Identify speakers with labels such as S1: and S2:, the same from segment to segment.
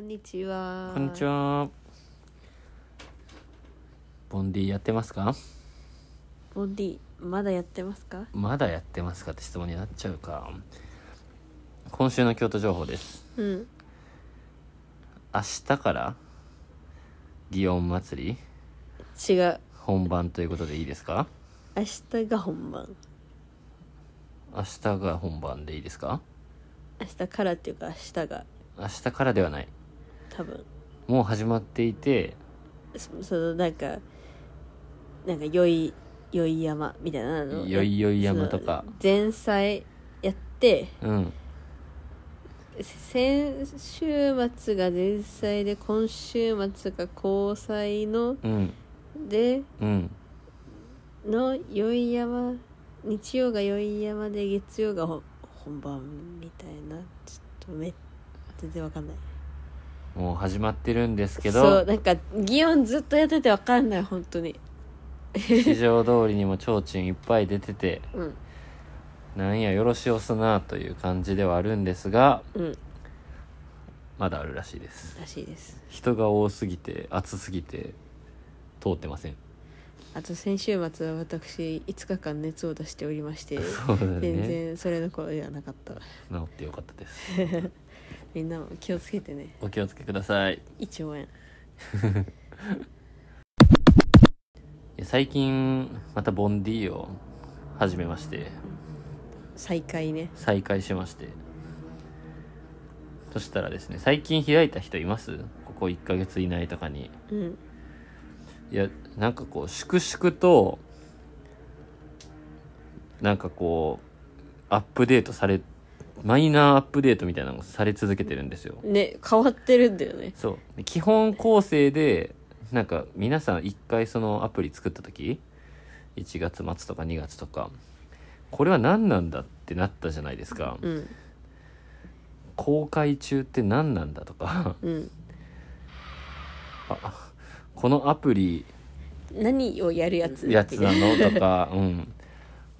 S1: にちは。
S2: こんにちは。ボンディやってますか
S1: ボンディ、まだやってますか。
S2: まだやってますかって質問になっちゃうか。今週の京都情報です。
S1: うん。
S2: 明日から、祇園祭り
S1: 違う。
S2: 本番ということでいいですか
S1: 明日が本番。
S2: 明日が本番でいいですか
S1: 明日からっていうか、明日が。
S2: 明日からではない。
S1: 多分。
S2: もう始まっていて、
S1: そその、なんか。なんか、よい。よい山みたいなの。
S2: よいよい山とか
S1: その。前菜。やって。
S2: うん。
S1: 先週末が前菜で、今週末が交際の。
S2: うん。
S1: で。
S2: うん。
S1: の宵山日曜が宵山で月曜がほ本番みたいなちょっとめ全然わかんない
S2: もう始まってるんですけ
S1: そう
S2: ど、
S1: なんか祇園ずっとやっててわかんない本当に
S2: 市場通りにも提灯いっぱい出てて、
S1: うん
S2: なんやよろしおすなという感じではあるんですが
S1: うん
S2: まだあるらしいです
S1: らしいです
S2: 人が多すぎて暑すぎて通ってません
S1: あと先週末は私5日間熱を出しておりまして、
S2: そうだ
S1: 全
S2: ね
S1: 然それの頃ではなかった
S2: 治ってよかったです
S1: みんなも気をつけてね
S2: お気をつけくださいい
S1: 1応円
S2: や最近またボンディを始めまして
S1: 再開ね
S2: 再開しましてそしたらですね最近開いた人いますここ1ヶ月以内とかに
S1: うん
S2: いやなんかこう粛々となんかこうアップデートされマイナーアップデートみたいなのがされ続けてるんですよ
S1: ね変わってるんだよね
S2: そうで基本構成でなんか皆さん一回そのアプリ作った時1月末とか2月とかこれは何なんだってなったじゃないですか
S1: うん
S2: 公開中って何なんだとか
S1: うん
S2: あこのアプリ
S1: 何をやるやつ
S2: やつなのとか、うん、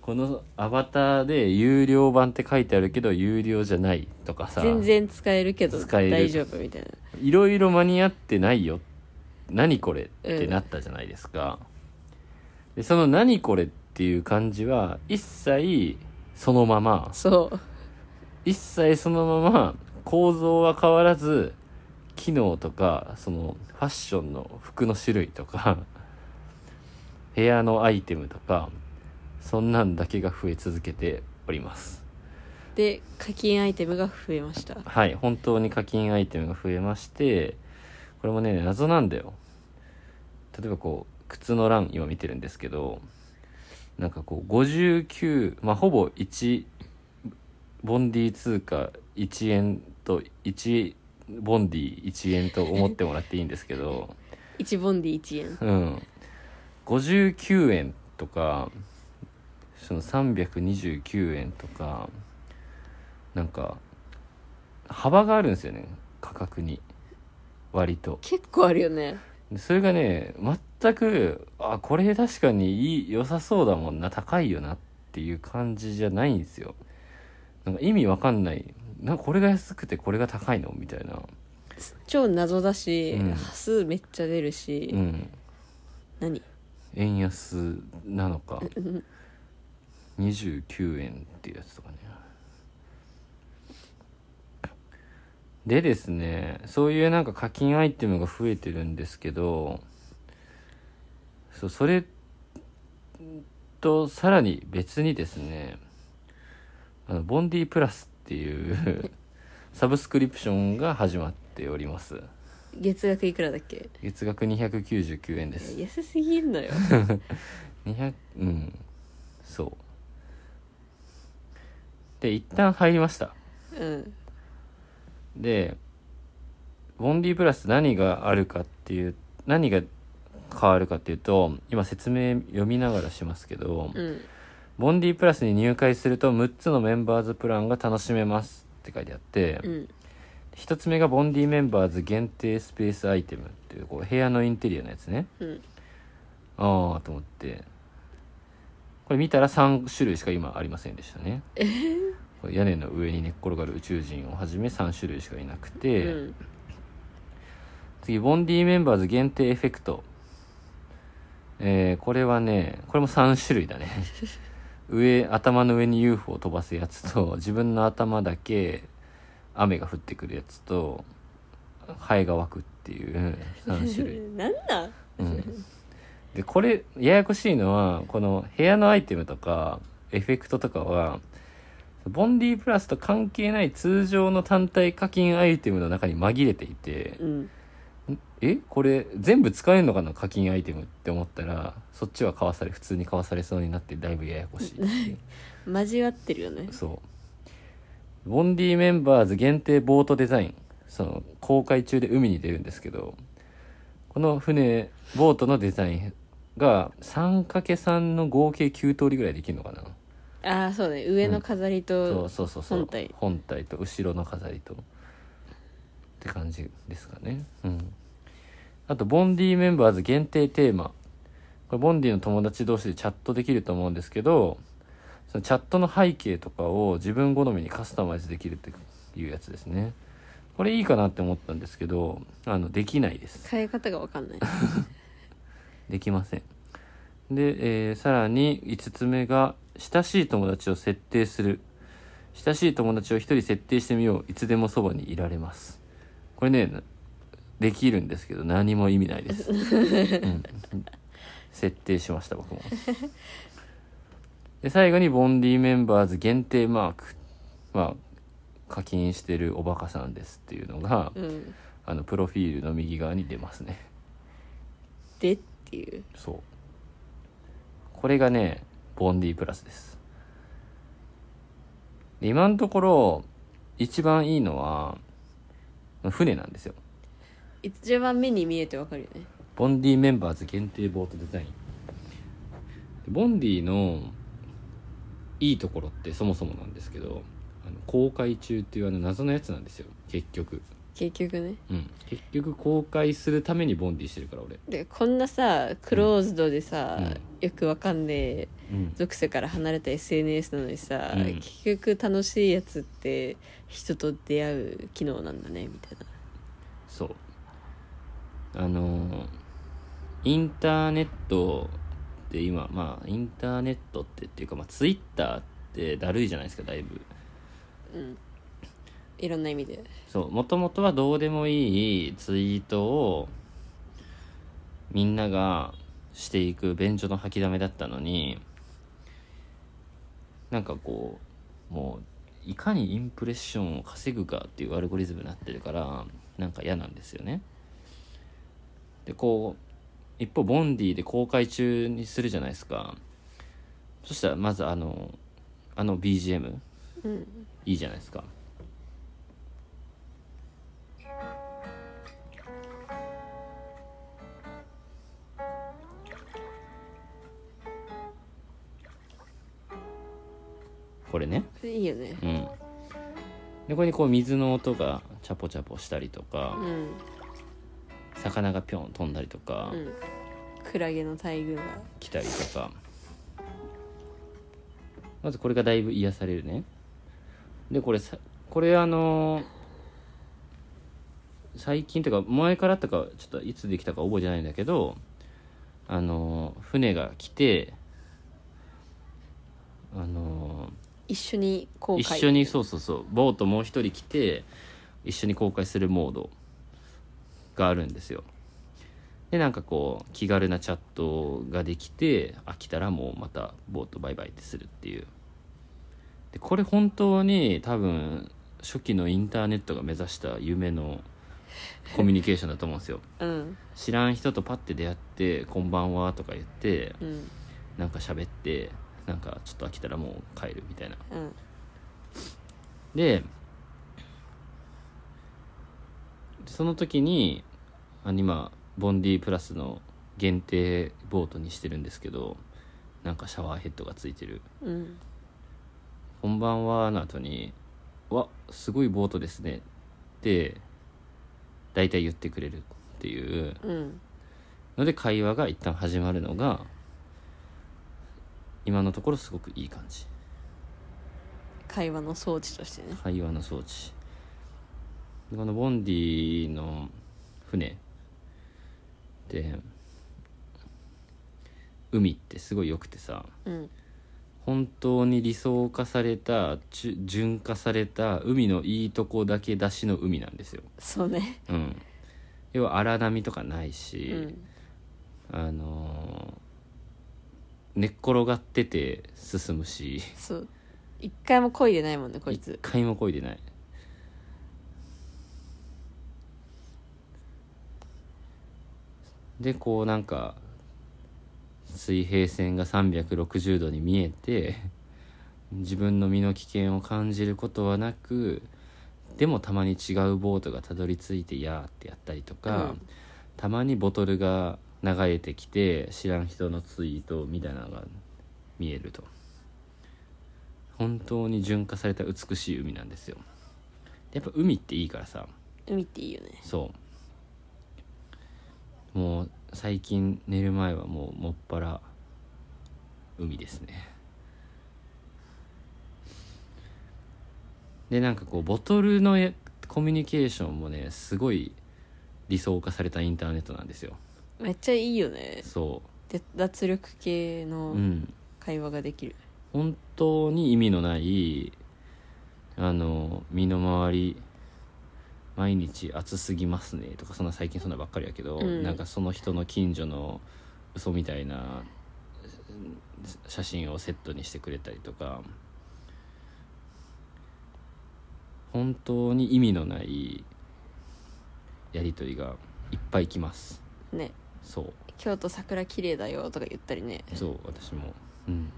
S2: このアバターで有料版って書いてあるけど有料じゃないとかさ
S1: 全然使えるけど
S2: 使える
S1: 大丈夫みたいない
S2: ろいろ間に合ってないよ何これってなったじゃないですか、でその「何これ」っていう感じは一切そのまま
S1: そう
S2: 一切そのまま構造は変わらず機能とかそのファッションの服の種類とか部屋のアイテムとかそんなんだけが増え続けております
S1: で課金アイテムが増えました
S2: はい本当に課金アイテムが増えましてこれもね謎なんだよ例えばこう靴の欄今見てるんですけどなんかこう59まあほぼ1ボンディ通貨1円と1ボンディ1円と思ってもらっていいんですけど
S1: 1ボンディ1円
S2: うん59円とかその329円とかなんか幅があるんですよね価格に割と
S1: 結構あるよね
S2: でそれがね全くあこれ確かにいい良さそうだもんな高いよなっていう感じじゃないんですよなんか意味わかんないなんかこれが安くてこれが高いのみたいな
S1: 超謎だし、
S2: うん
S1: 端数めっちゃ出るし、
S2: うん
S1: 何
S2: 円安なのか
S1: うん
S2: 29円っていうやつとかねでですねそういうなんか課金アイテムが増えてるんですけどそうそれとさらに別にですねあのボンディプラスっていうサブスクリプションが始まっております
S1: 月額いくらだっけ
S2: 月額299円です
S1: 安すぎんの よ
S2: 200うんそうで一旦入りました
S1: うん
S2: でボンディプラス何があるかっていう何が変わるかっていうと今説明読みながらしますけど、
S1: うん
S2: ボンディプラスに入会すると6つのメンバーズプランが楽しめますって書いてあって、
S1: うん
S2: 1つ目がボンディメンバーズ限定スペースアイテムっていうこう部屋のインテリアのやつね
S1: うん
S2: ああと思ってこれ見たら3種類しか今ありませんでしたねこれ屋根の上に寝っ転がる宇宙人をはじめ3種類しかいなく
S1: う
S2: て、
S1: ん
S2: 次、ボンディメンバーズ限定エフェクト。えー、これはね、これも3種類だね。上、頭の上に UFO を飛ばすやつと、自分の頭だけ雨が降ってくるやつと、ハエが湧くっていう3種類。
S1: なんなん
S2: うんでこれややこしいのはこの部屋のアイテムとかエフェクトとかはボンディプラスと関係ない通常の単体課金アイテムの中に紛れていて
S1: うん
S2: えこれ全部使えるのかな課金アイテムって思ったらそっちは買わされ普通に買わされそうになってだいぶややこしいっていう
S1: 交わってるよね
S2: そうボンディメンバーズ限定ボートデザインその公開中で海に出るんですけどこの船ボートのデザインが 3×3 の合計9通りぐらいできるのかな
S1: ああそうね上の飾り
S2: そう
S1: と
S2: そうそうそう
S1: 本体
S2: 本体と後ろの飾りとって感じですかねうんあとボンディメンバーズ限定テーマこれボンディの友達同士でチャットできると思うんですけどそのチャットの背景とかを自分好みにカスタマイズできるっていうやつですねこれいいかなって思ったんですけどあのできないです
S1: 変え方が分かんない
S2: できませんで、えーさらに5つ目が親しい友達を設定する親しい友達を1人設定してみよういつでもそばにいられますこれねなできるんですけど何も意味ない です、うん設定しました僕もで最後にボンディメンバーズ限定マークまあ課金してるおバカさんですっていうのが
S1: うん
S2: あのプロフィールの右側に出ますね
S1: でっていう
S2: そうこれがねボンディプラスですで今のところ一番いいのは船なんですよ
S1: 一番目に見えて分かるよね
S2: ボンディメンバーズ限定ボートデザインでボンディのいいところってそもそもなんですけどあの公開中っていうあの謎のやつなんですよ結局
S1: 結局ね
S2: うん結局公開するためにボンディしてるから俺
S1: でこんなさクローズドでさ、
S2: う
S1: よくわかんねえ
S2: うん
S1: 属性から離れた SNS なのにさ、
S2: うん
S1: 結局楽しいやつって人と出会う機能なんだねみたいな
S2: そうあのーインターネットって今まあインターネットってっていうかまあツイッターってだるいじゃないですかだいぶ
S1: うんいろんな意味で
S2: そうもともとはどうでもいいツイートをみんながしていく便所の吐きだめだったのになんかこうもういかにインプレッションを稼ぐかっていうアルゴリズムになってるからなんか嫌なんですよね。でこう一方ボンディで公開中にするじゃないですかそしたらまずあのあの BGM
S1: うん
S2: いいじゃないですかこれね
S1: それいいよね
S2: うんでこれにこう水の音がチャポチャポしたりとか
S1: うん
S2: 魚がピョン飛んだりとか
S1: うんクラゲの大群が
S2: 来たりとかまずこれがだいぶ癒されるねでこれさこれあのー最近というか前からとかちょっといつできたか覚えてないんだけどあのー船が来てあのー
S1: 一緒に公開
S2: 一緒にそうそうそうボートもう一人来て一緒に公開するモードがあるんですよでなんかこう気軽なチャットができて飽きたらもうまたボートバイバイってするっていうでこれ本当に多分初期のインターネットが目指した夢のコミュニケーションだと思う んですよ
S1: うん
S2: 知らん人とパッて出会って「こんばんは」とか言って
S1: うん
S2: なんか喋ってなんかちょっと飽きたらもう帰るみたいな
S1: うん
S2: でその時にあ今ボンディプラスの限定ボートにしてるんですけどなんかシャワーヘッドがついてる
S1: うん
S2: 「こんばんは」の後に「わすごいボートですね」って大体言ってくれるっていう
S1: うん
S2: ので会話が一旦始まるのが今のところすごくいい感じ
S1: 会話の装置としてね
S2: 会話の装置でこのボンディの船で海ってすごい良くてさ
S1: うん
S2: 本当に理想化されたじゅ純化された海のいいとこだけ出しの海なんですよ、
S1: そうね
S2: うん、要は荒波とかないうし、
S1: ん
S2: あのー寝っ転がってて進むし
S1: そう一回も漕いでないもんねこい
S2: 一
S1: つ
S2: 回も漕いでないでこうなんか水平線が360度に見えて自分の身の危険を感じることはなくでもたまに違うボートがたどり着いてやーってやったりとか、
S1: うん
S2: たまにボトルが流れてきて知らん人のツイートみたいなのが見えると本当に純化された美しい海なんですよやっぱ海っていいからさ
S1: 海っていいよね
S2: そうもう最近寝る前はもうもっぱら海ですねでなんかこうボトルのやコミュニケーションもねすごい理想化されたインターネットなんですよ
S1: めっちゃいいよね
S2: そ
S1: で脱力系
S2: う
S1: の
S2: うん
S1: 会話ができる、
S2: 本当に意味のないあの身の回り毎日暑すぎますねとかそんな最近そんなばっかりやけど、
S1: うん
S2: なんかその人の近所の嘘みたいなうん写真をセットにしてくれたりとか本当に意味のないやり取りがいっぱい来ます
S1: ね
S2: そう
S1: 京都桜綺麗だよとか言ったりね
S2: そう私もうん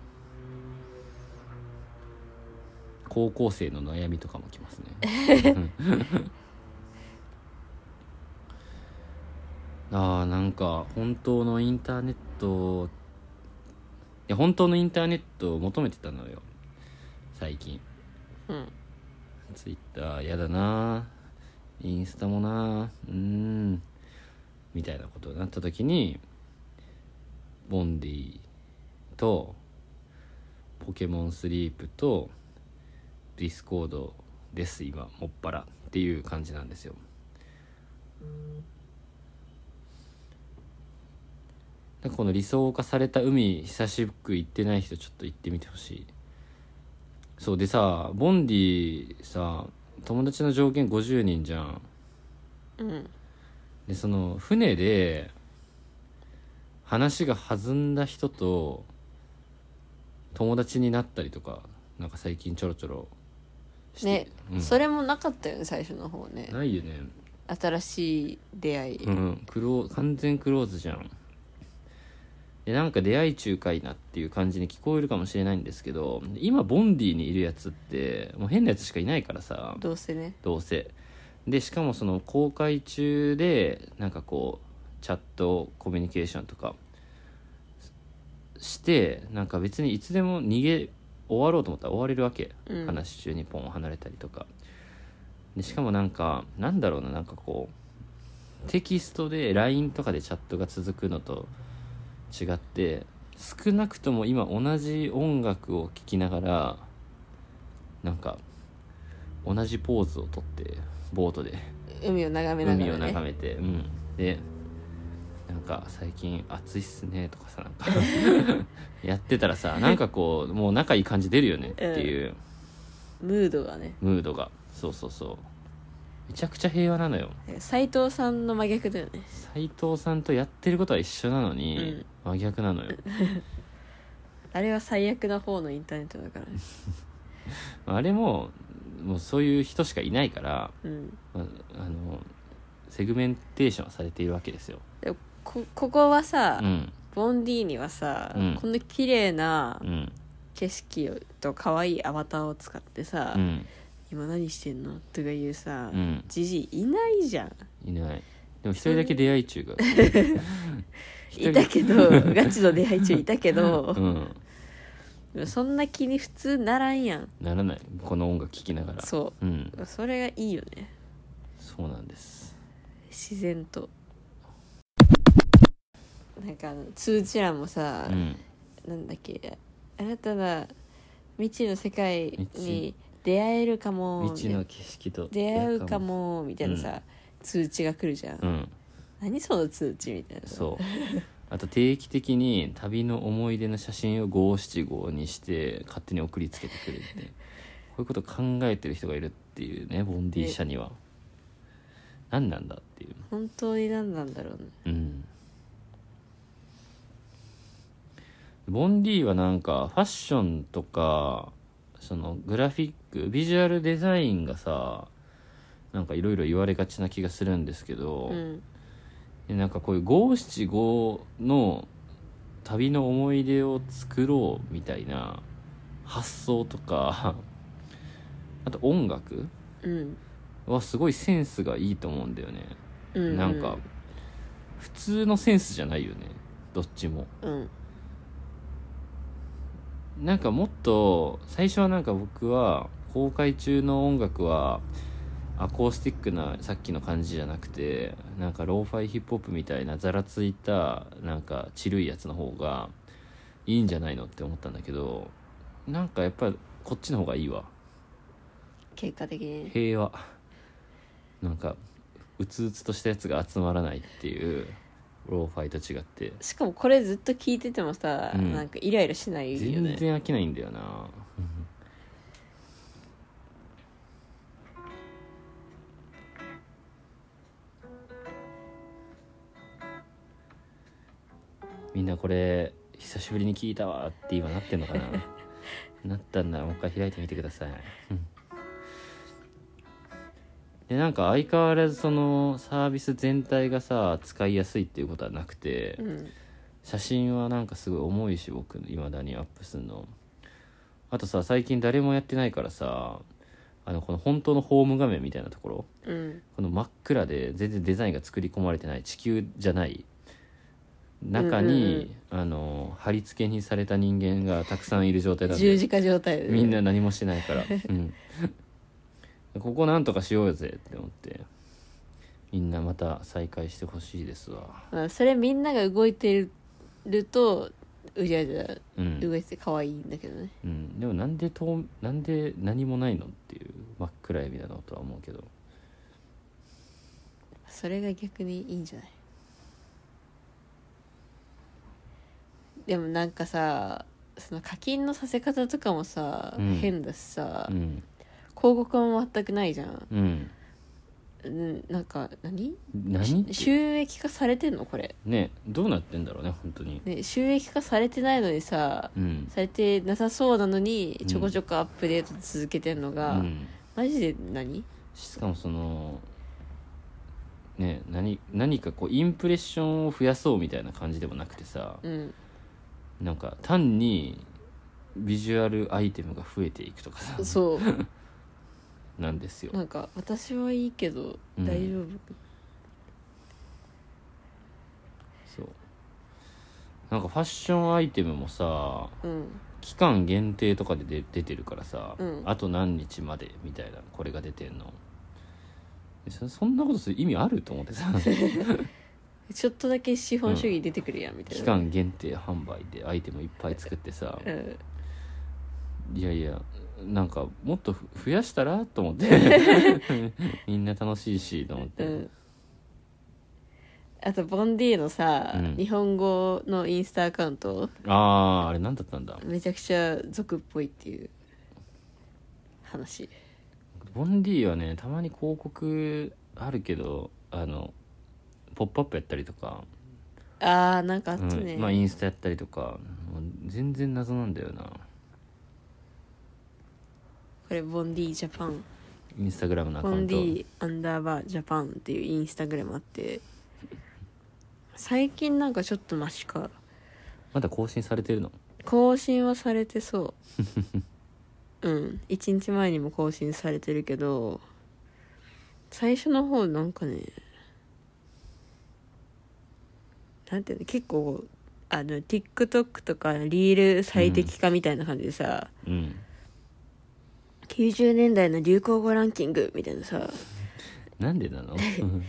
S2: 高校生の悩みとかもきますねうんあーなんか本当のインターネットいや本当のインターネットを求めてたのよ最近
S1: うん
S2: ツイッターやだなインスタもなうーんみたいなことになった時にボンディとポケモンスリープとディスコードです今もっぱらっていう感じなんですよなんかこの理想化された海久しく行ってない人ちょっと行ってみてほしいそうでさボンディさ友達の条件50人じゃん
S1: うん
S2: でその船で話が弾んだ人と友達になったりとかなんか最近ちょろちょろして
S1: ね、
S2: うん
S1: それもなかったよね最初の方ね
S2: ないよね
S1: 新しい出会い、
S2: うんクロー完全クローズじゃんでなんか出会い中かいなっていう感じに聞こえるかもしれないんですけど今ボンディにいるやつってもう変なやつしかいないからさ
S1: どうせね
S2: どうせでしかもその公開中でなんかこうチャットコミュニケーションとかしてなんか別にいつでも逃げ終わろうと思ったら終われるわけ、
S1: うん
S2: 話中にポンを離れたりとかでしかもなんかなんだろうななんかこうテキストで LINE とかでチャットが続くのと違って少なくとも今同じ音楽を聴きながらなんか同じポーズをとってボートで
S1: 海を眺めな
S2: 海を
S1: がら
S2: 眺
S1: ね
S2: めて、うんでなんか最近暑いっすねとかさなん かやってたらさなんかこうもう仲いい感じ出るよねっていう
S1: ムードがね
S2: ムードがそうそうそうめちゃくちゃ平和なのよ
S1: 斎藤さんの真逆だよね
S2: 斎藤さんとやってることは一緒なのに、真逆なのよ
S1: あれは最悪な方のインターネットだからね
S2: あれももうそういう人しかいないから、
S1: うん
S2: まあ、あのセグメンテーションはされているわけですよ
S1: でもこここはさ、
S2: うん
S1: ボンディーニはさ、
S2: うん
S1: こんな綺麗な
S2: うん
S1: 景色と可愛いアバターを使ってさ「
S2: うん
S1: 今何してんの?」とかいうさ
S2: うん
S1: じじいいないじゃん
S2: いないでも一人だけ出会い中が一
S1: いたけ どガチの出会い中いたけど
S2: う、ん
S1: そんな気に普通ならんやん
S2: ならないこの音楽聴きながら
S1: そ
S2: うん
S1: うそれがいいよね
S2: そうなんです
S1: 自然となんかあの通知欄もさ、
S2: うん
S1: なんだっけ新たな未知の世界に出会えるかもみた
S2: 道
S1: いな
S2: の景色と
S1: 出会うかもみたいなさ、
S2: う
S1: 通知が来るじゃん、
S2: うん
S1: 何その通知みたいな
S2: そうあと定期的に旅の思い出の写真を五七五にして勝手に送りつけてくるっていうこういうこと考えてる人がいるっていうねボンディ社には何なんだっていう
S1: 本当に何なんだろうね
S2: うんボンディはなんかファッションとかそのグラフィックビジュアルデザインがさなんかいろいろ言われがちな気がするんですけど、
S1: うん
S2: でなんかこういう五七五の旅の思い出を作ろうみたいな発想とかあと音楽
S1: うん
S2: はすごいセンスがいいと思うんだよね、
S1: うん
S2: なんか普通のセンスじゃないよねどっちも
S1: うん
S2: なんかもっと最初はなんか僕は公開中の音楽はアコースティックなさっきの感じじゃなくてなんかローファイヒップホップみたいなざらついたなんかちるいやつの方がいいんじゃないのって思ったんだけどなんかやっぱりこっちの方がいいわ
S1: 結果的にね
S2: 平和なんかうつうつとしたやつが集まらないっていうローファイと違って
S1: しかもこれずっと聞いててもさ、
S2: うん
S1: なんかイライラしないよ
S2: 全
S1: ね
S2: 然飽きないんだよなみんなこれ久しぶりに聞いたわって今なって んのかななったんならもう一回開いてみてくださいうんでなんか相変わらずそのサービス全体がさ使いやすいっていうことはなくて、
S1: うん
S2: 写真はなんかすごい重いし僕いまだにアップするのあとさ最近誰もやってないからさあのこの本当のホーム画面みたいなところ
S1: うん
S2: この真っ暗で全然デザインが作り込まれてない地球じゃない中に、あの貼り付けにされた人間がたくさんいる状態なんだよ
S1: 十字架状態で
S2: みんな何もしてない から、うん、ここなんとかしようぜって思ってみんなまた再開してほしいですわ
S1: まあそれみんなが動いてるとうじゃうじゃ
S2: うん
S1: 動いてて可愛いんだけどね
S2: うん、でもなんでとなんで何もないのっていう真っ暗闇だなとは思うけど
S1: それが逆にいいんじゃないでもなんかさその課金のさせ方とかもさ、
S2: うん
S1: 変だしさ、
S2: うん
S1: 広告も全くないじゃん、
S2: うん
S1: うん、なんか何
S2: 何って
S1: 収益化されてんのこれ、
S2: ねどうなってんだろうね本当に
S1: ね、収益化されてないのにさ
S2: うん
S1: されてなさそうなのに
S2: うん
S1: ちょこちょこアップデート続けてんの
S2: う
S1: が、
S2: ん
S1: マジで何
S2: しかもそのね何何かこうインプレッションを増やそうみたいな感じでもなくてさ
S1: うん
S2: なんか単にビジュアルアイテムが増えていくとかさ
S1: そう
S2: なんですよ
S1: なんか私はいいけど
S2: うん
S1: 大丈夫、
S2: そうなんかファッションアイテムもさ
S1: うん
S2: 期間限定とかで出出てるからさ、
S1: うん
S2: あと何日までみたいなこれが出てんのそそんなことする意味あると 思ってさ
S1: ちょっとだけ資本主義出てくるやんみたい
S2: 期
S1: な、
S2: 間限定販売でアイテムいっぱい作ってさ
S1: うん、
S2: いやいやなんかもっとふ増やしたらと思って みんな楽しいしと思って、
S1: うんあとボンディのさ、
S2: うん
S1: 日本語のインスタアカウント
S2: あああれ何だったんだ
S1: めちゃくちゃ俗っぽいっていう話
S2: ボンディはねたまに広告あるけどあのポップアップやったりとか
S1: あーなんかあったね、
S2: うん、まあインスタやったりとかもう全然謎なんだよな
S1: これボンディジャパン
S2: インスタグラムのアカ
S1: ボ
S2: ウン
S1: ンデ
S2: ト
S1: ィアンダーバージャパンっていうインスタグラムあって最近なんかちょっとマシか
S2: まだ更新されてるの
S1: 更新はされてそううん1日前にも更新されてるけど最初の方なんかねなんていうの結構あの TikTok とかリール最適化みたいな感じでさ、
S2: うん
S1: 90年代の流行語ランキングみたいなさ
S2: なん でなのうん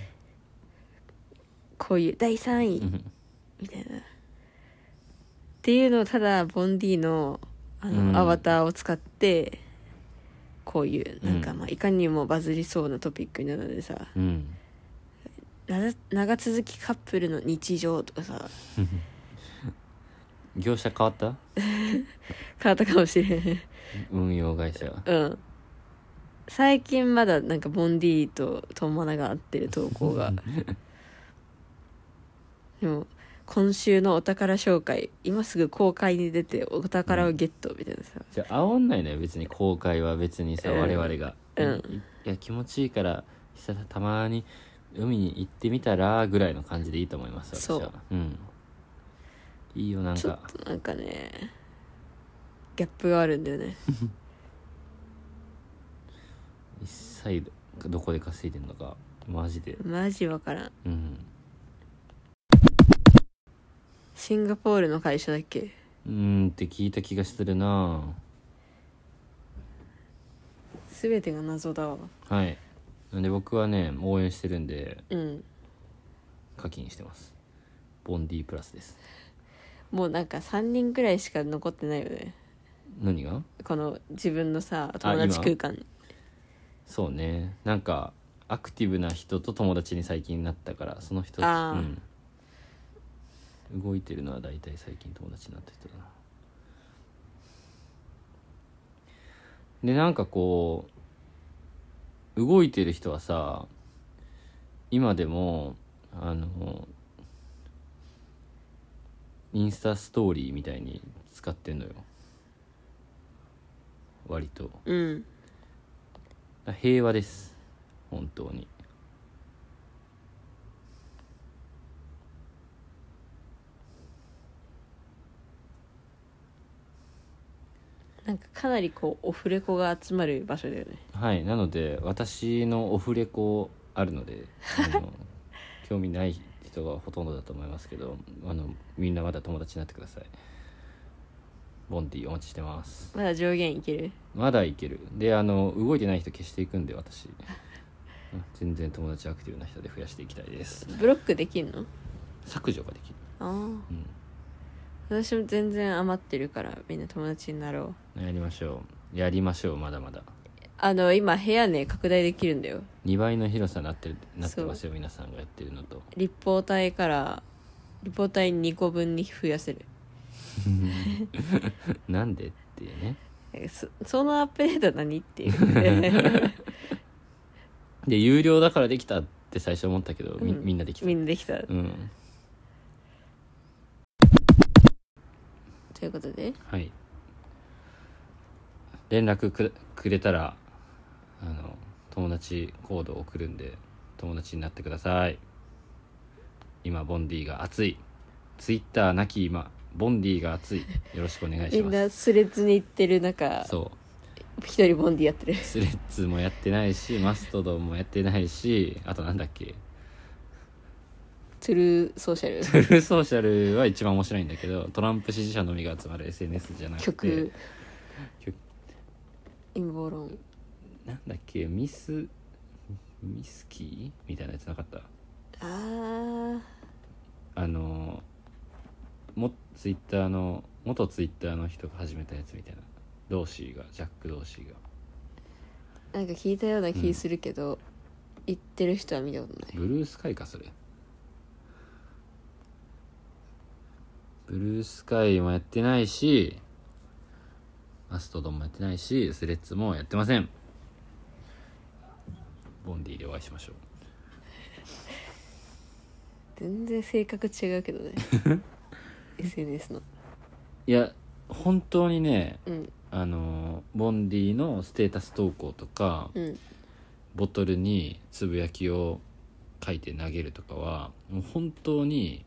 S1: こういう第3位
S2: うん
S1: みたいなっていうのをただボンディのあの、
S2: うん
S1: アバターを使ってこういうなんか
S2: うん
S1: まあいかにもバズりそうなトピックなのでさ
S2: うん
S1: 長長続きカップルの日常とかさ
S2: 業者変わった
S1: 変わったかもしれん
S2: 運用会社
S1: うん最近まだなんかボンディとトンマナが合ってる投稿 がでも今週のお宝紹介今すぐ公開に出てお宝をゲットみたいなさ、
S2: じゃあ煽んないのよ別に後悔は別にさ、
S1: うん
S2: 我々が、
S1: うん
S2: いいや気持ちいいから久々たまに海に行ってみたらぐらいの感じでいいと思います私は
S1: そう、
S2: ん、いいよなん
S1: ちょっ
S2: か
S1: となんかねギャップがあるんだよね
S2: 一切どこで稼いでんのかマジで
S1: マジわからん
S2: うん
S1: シンガポールの会社だっけ
S2: うーんって聞いた気がするな
S1: 全てが謎だわ
S2: はいなんで僕はね応援してるんで
S1: うん
S2: 課金してますボンディプラスです
S1: もうなんか3人くらいしか残ってないよね
S2: 何が
S1: この自分のさ友達空間に
S2: そうねなんかアクティブな人と友達に最近なったからその人
S1: あー
S2: うん、動いてるのは大体最近友達になった人だなでなんかこう動いてる人はさ今でもあのインスタストーリーみたいに使ってんのよ割と
S1: うん
S2: 平和です本当に
S1: なんかかなりこうオフレコが集まる場所だよね
S2: はいなので私のオフレコあるのであの興味ない人がほとんどだと思いますけどあのみんなまだ友達になってくださいボンティお待ちしてます
S1: まだ上限いける
S2: まだいけるであの動いてない人消していくんで私うん全然友達アクティブな人で増やしていきたいです
S1: ブロックできんの
S2: 削除ができる、
S1: あ
S2: うん、
S1: あ私も全然余ってるからみんな友達になろう
S2: やりましょうやりましょうまだまだ
S1: あの今部屋ね拡大できるんだよ
S2: 2倍の広さになってるなってますよ皆さんがやってるのと
S1: 立方体から立方体2個分に増やせる
S2: なんでっていうね
S1: えそそのアップデート何って いう
S2: で有料だからできたって最初思ったけど、み
S1: うん
S2: みんなできた
S1: みんなできた、
S2: うん
S1: ということで
S2: はい連絡くくれたらあの友達コードを送るんで友達になってください今ボンディが熱いツイッターなき今ボンディが熱いよろしくお願いし
S1: みん
S2: ま
S1: な
S2: す
S1: スレッズに行ってる中
S2: そう
S1: 一人ボンディやってる
S2: スレッズもやってないしマストドンもやってないしあとなんだっけ
S1: トゥルーソーシャル
S2: ト ゥルーソーシャルは一番面白いんだけどトランプ支持者のみが集まる SNS じゃなくて
S1: 曲
S2: 曲
S1: 陰謀論
S2: なんだっけミスミスキーみたいなやつなかった
S1: あ
S2: あのもツイッターの元ツイッターの人が始めたやつみたいなドーシーがジャック・ドーシーが
S1: ーなんか聞いたような気するけど、言ってる人は見たことない
S2: ブルースカイかそれブルースカイもやってないしマストドンもやってないしスレッズもやってませんボンディでお会いしましょう
S1: 全然性格違うけど ね SNS の
S2: いや本当にね
S1: うん
S2: あのボンディのステータス投稿とか
S1: うん
S2: ボトルにつぶやきを書いて投げるとかはもう本当に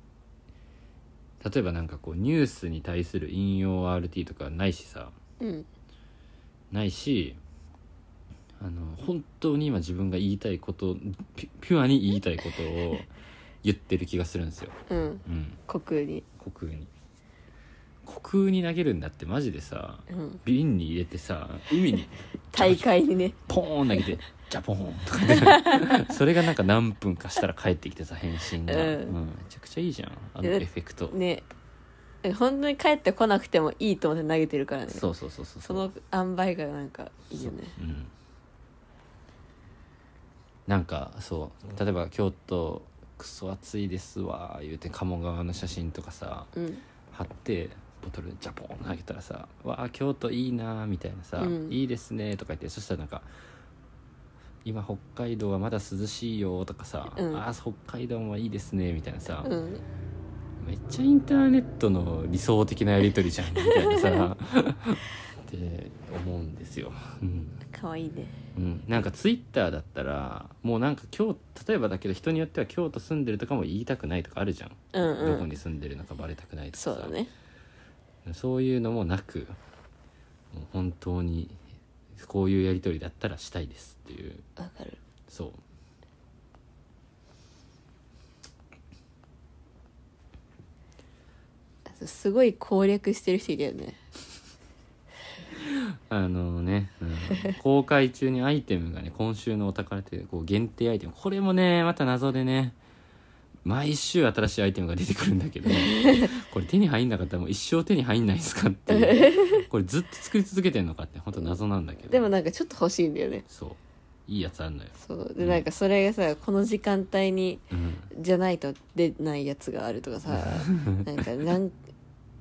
S2: 例えばなんかこうニュースに対する引用 RT とかないしさ
S1: うん
S2: ないしあの本当に今自分が言いたいことピュピュアに言いたいことを言ってる気がするんですよ、
S1: うん
S2: うん、
S1: 虚空に
S2: 虚空に虚空に投げるんだってマジでさ
S1: うん
S2: 瓶に入れてさ海に
S1: 大会にね
S2: ポーン投げ て「ジャポーン」とかねそれがなんか何分かしたら帰ってきてさ返信が、
S1: うん
S2: うんめちゃくちゃいいじゃんあの
S1: で
S2: エフェクト、
S1: ね本当に帰ってこなくてもいいと思って投げてるからね
S2: そうそうそうそう
S1: その塩梅がなんかいいよね
S2: うん、なんかそう例えば京都クソ暑いですわ」言うて鴨川の写真とかさ
S1: うん
S2: 貼ってボトルジャポン投げたらさ「わあ京都いいな」みたいなさ「
S1: うん
S2: いいですね」とか言ってそしたらなんか「今北海道はまだ涼しいよ」とかさ「
S1: うん
S2: ああ北海道もいいですね」みたいなさ、
S1: うん
S2: めっちゃインターネットの理想的なやり取りじゃんみたいなさって思うんですよ。うん
S1: 可愛いね
S2: うん、なんかツイッターだったらもうなんか今日例えばだけど人によっては京都住んでるとかも言いたくないとかあるじゃん、
S1: うんうん
S2: どこに住んでるのかバレたくないとかさ
S1: そうだね
S2: そういうのもなくもう本当にこういうやり取りだったらしたいですっていう
S1: わかる
S2: そう
S1: あとすごい攻略してる人いたよね
S2: あのね、 うん公開中にアイテムがね今週のお宝というこう限定アイテムこれもねまた謎でね毎週新しいアイテムが出てくるん だけどこれ手に入んなかったらもう一生手に入んないですかってい うこれずっと作り続けてんのかって本当謎なんだけど
S1: でもなんかちょっと欲しいんだよね
S2: そういいやつあんのよ、
S1: そうでなんかそれがさこの時間帯に
S2: うん、
S1: じゃないと出ないやつがあるとかさなんか何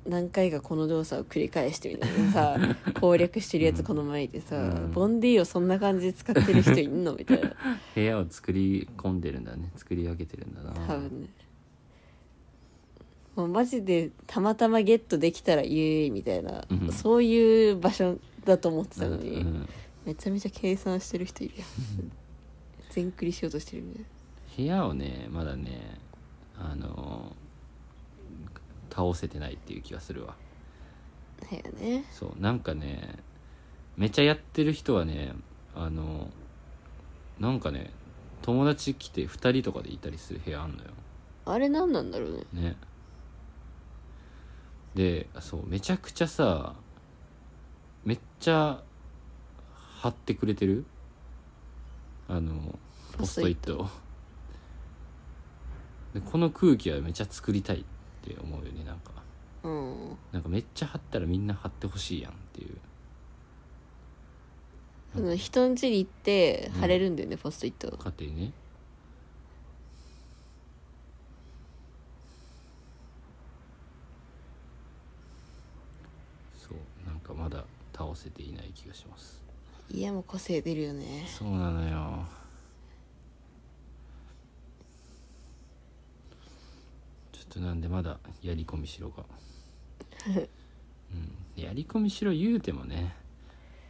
S1: 何回かこの動作を繰り返してみたいな さ攻略してるやつこの前いてさ、
S2: うん
S1: ボンディをそんな感じで使ってる人いんのみたいな
S2: 部屋を作り込んでるんだね作り上げてるんだな
S1: 多分ねもうマジでたまたまゲットできたらイエーイみたいな、
S2: うん
S1: そういう場所だと思ってたのに、
S2: うん
S1: めちゃめちゃ計算してる人いるやん全クリしようとしてるみたいな
S2: 部屋をねまだねあの倒せてないっていう気がするわ
S1: だよね
S2: そうなんかねめちゃやってる人はねあのなんかね友達来て2人とかでいたりする部屋あんのよ
S1: あれ何なんだろうね
S2: ねでそうめちゃくちゃさめっちゃ貼ってくれてるあのポストイットをでこの空気はめちゃ作りたいって思うよねなんか
S1: うん
S2: なんかめっちゃ貼ったらみんな貼ってほしいやんっていう
S1: その人ん家に行って貼れるんだよね、ポストイット
S2: 家庭ねそうなんかまだ倒せていない気がします
S1: いやもう個性出るよね
S2: そうなのよちょっとなんでまだやり込みしろ がうんやり込みしろ言うてもね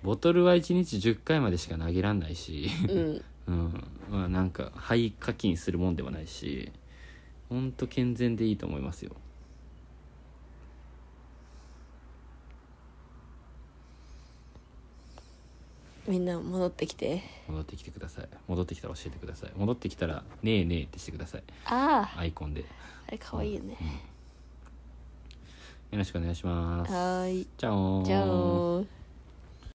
S2: ボトルは1日10回までしか投げらんないし
S1: うん
S2: うん、まあなんか肺課金するもんではないしほんと健全でいいと思いますよ
S1: みんな戻ってきて
S2: 戻ってきてください戻ってきたら教えてください戻ってきたら「ねえねえ」ってしてください
S1: ああ
S2: アイコンでよ
S1: あれ可愛いよね
S2: ろしくお願いします
S1: はーい
S2: じゃあ
S1: じゃあ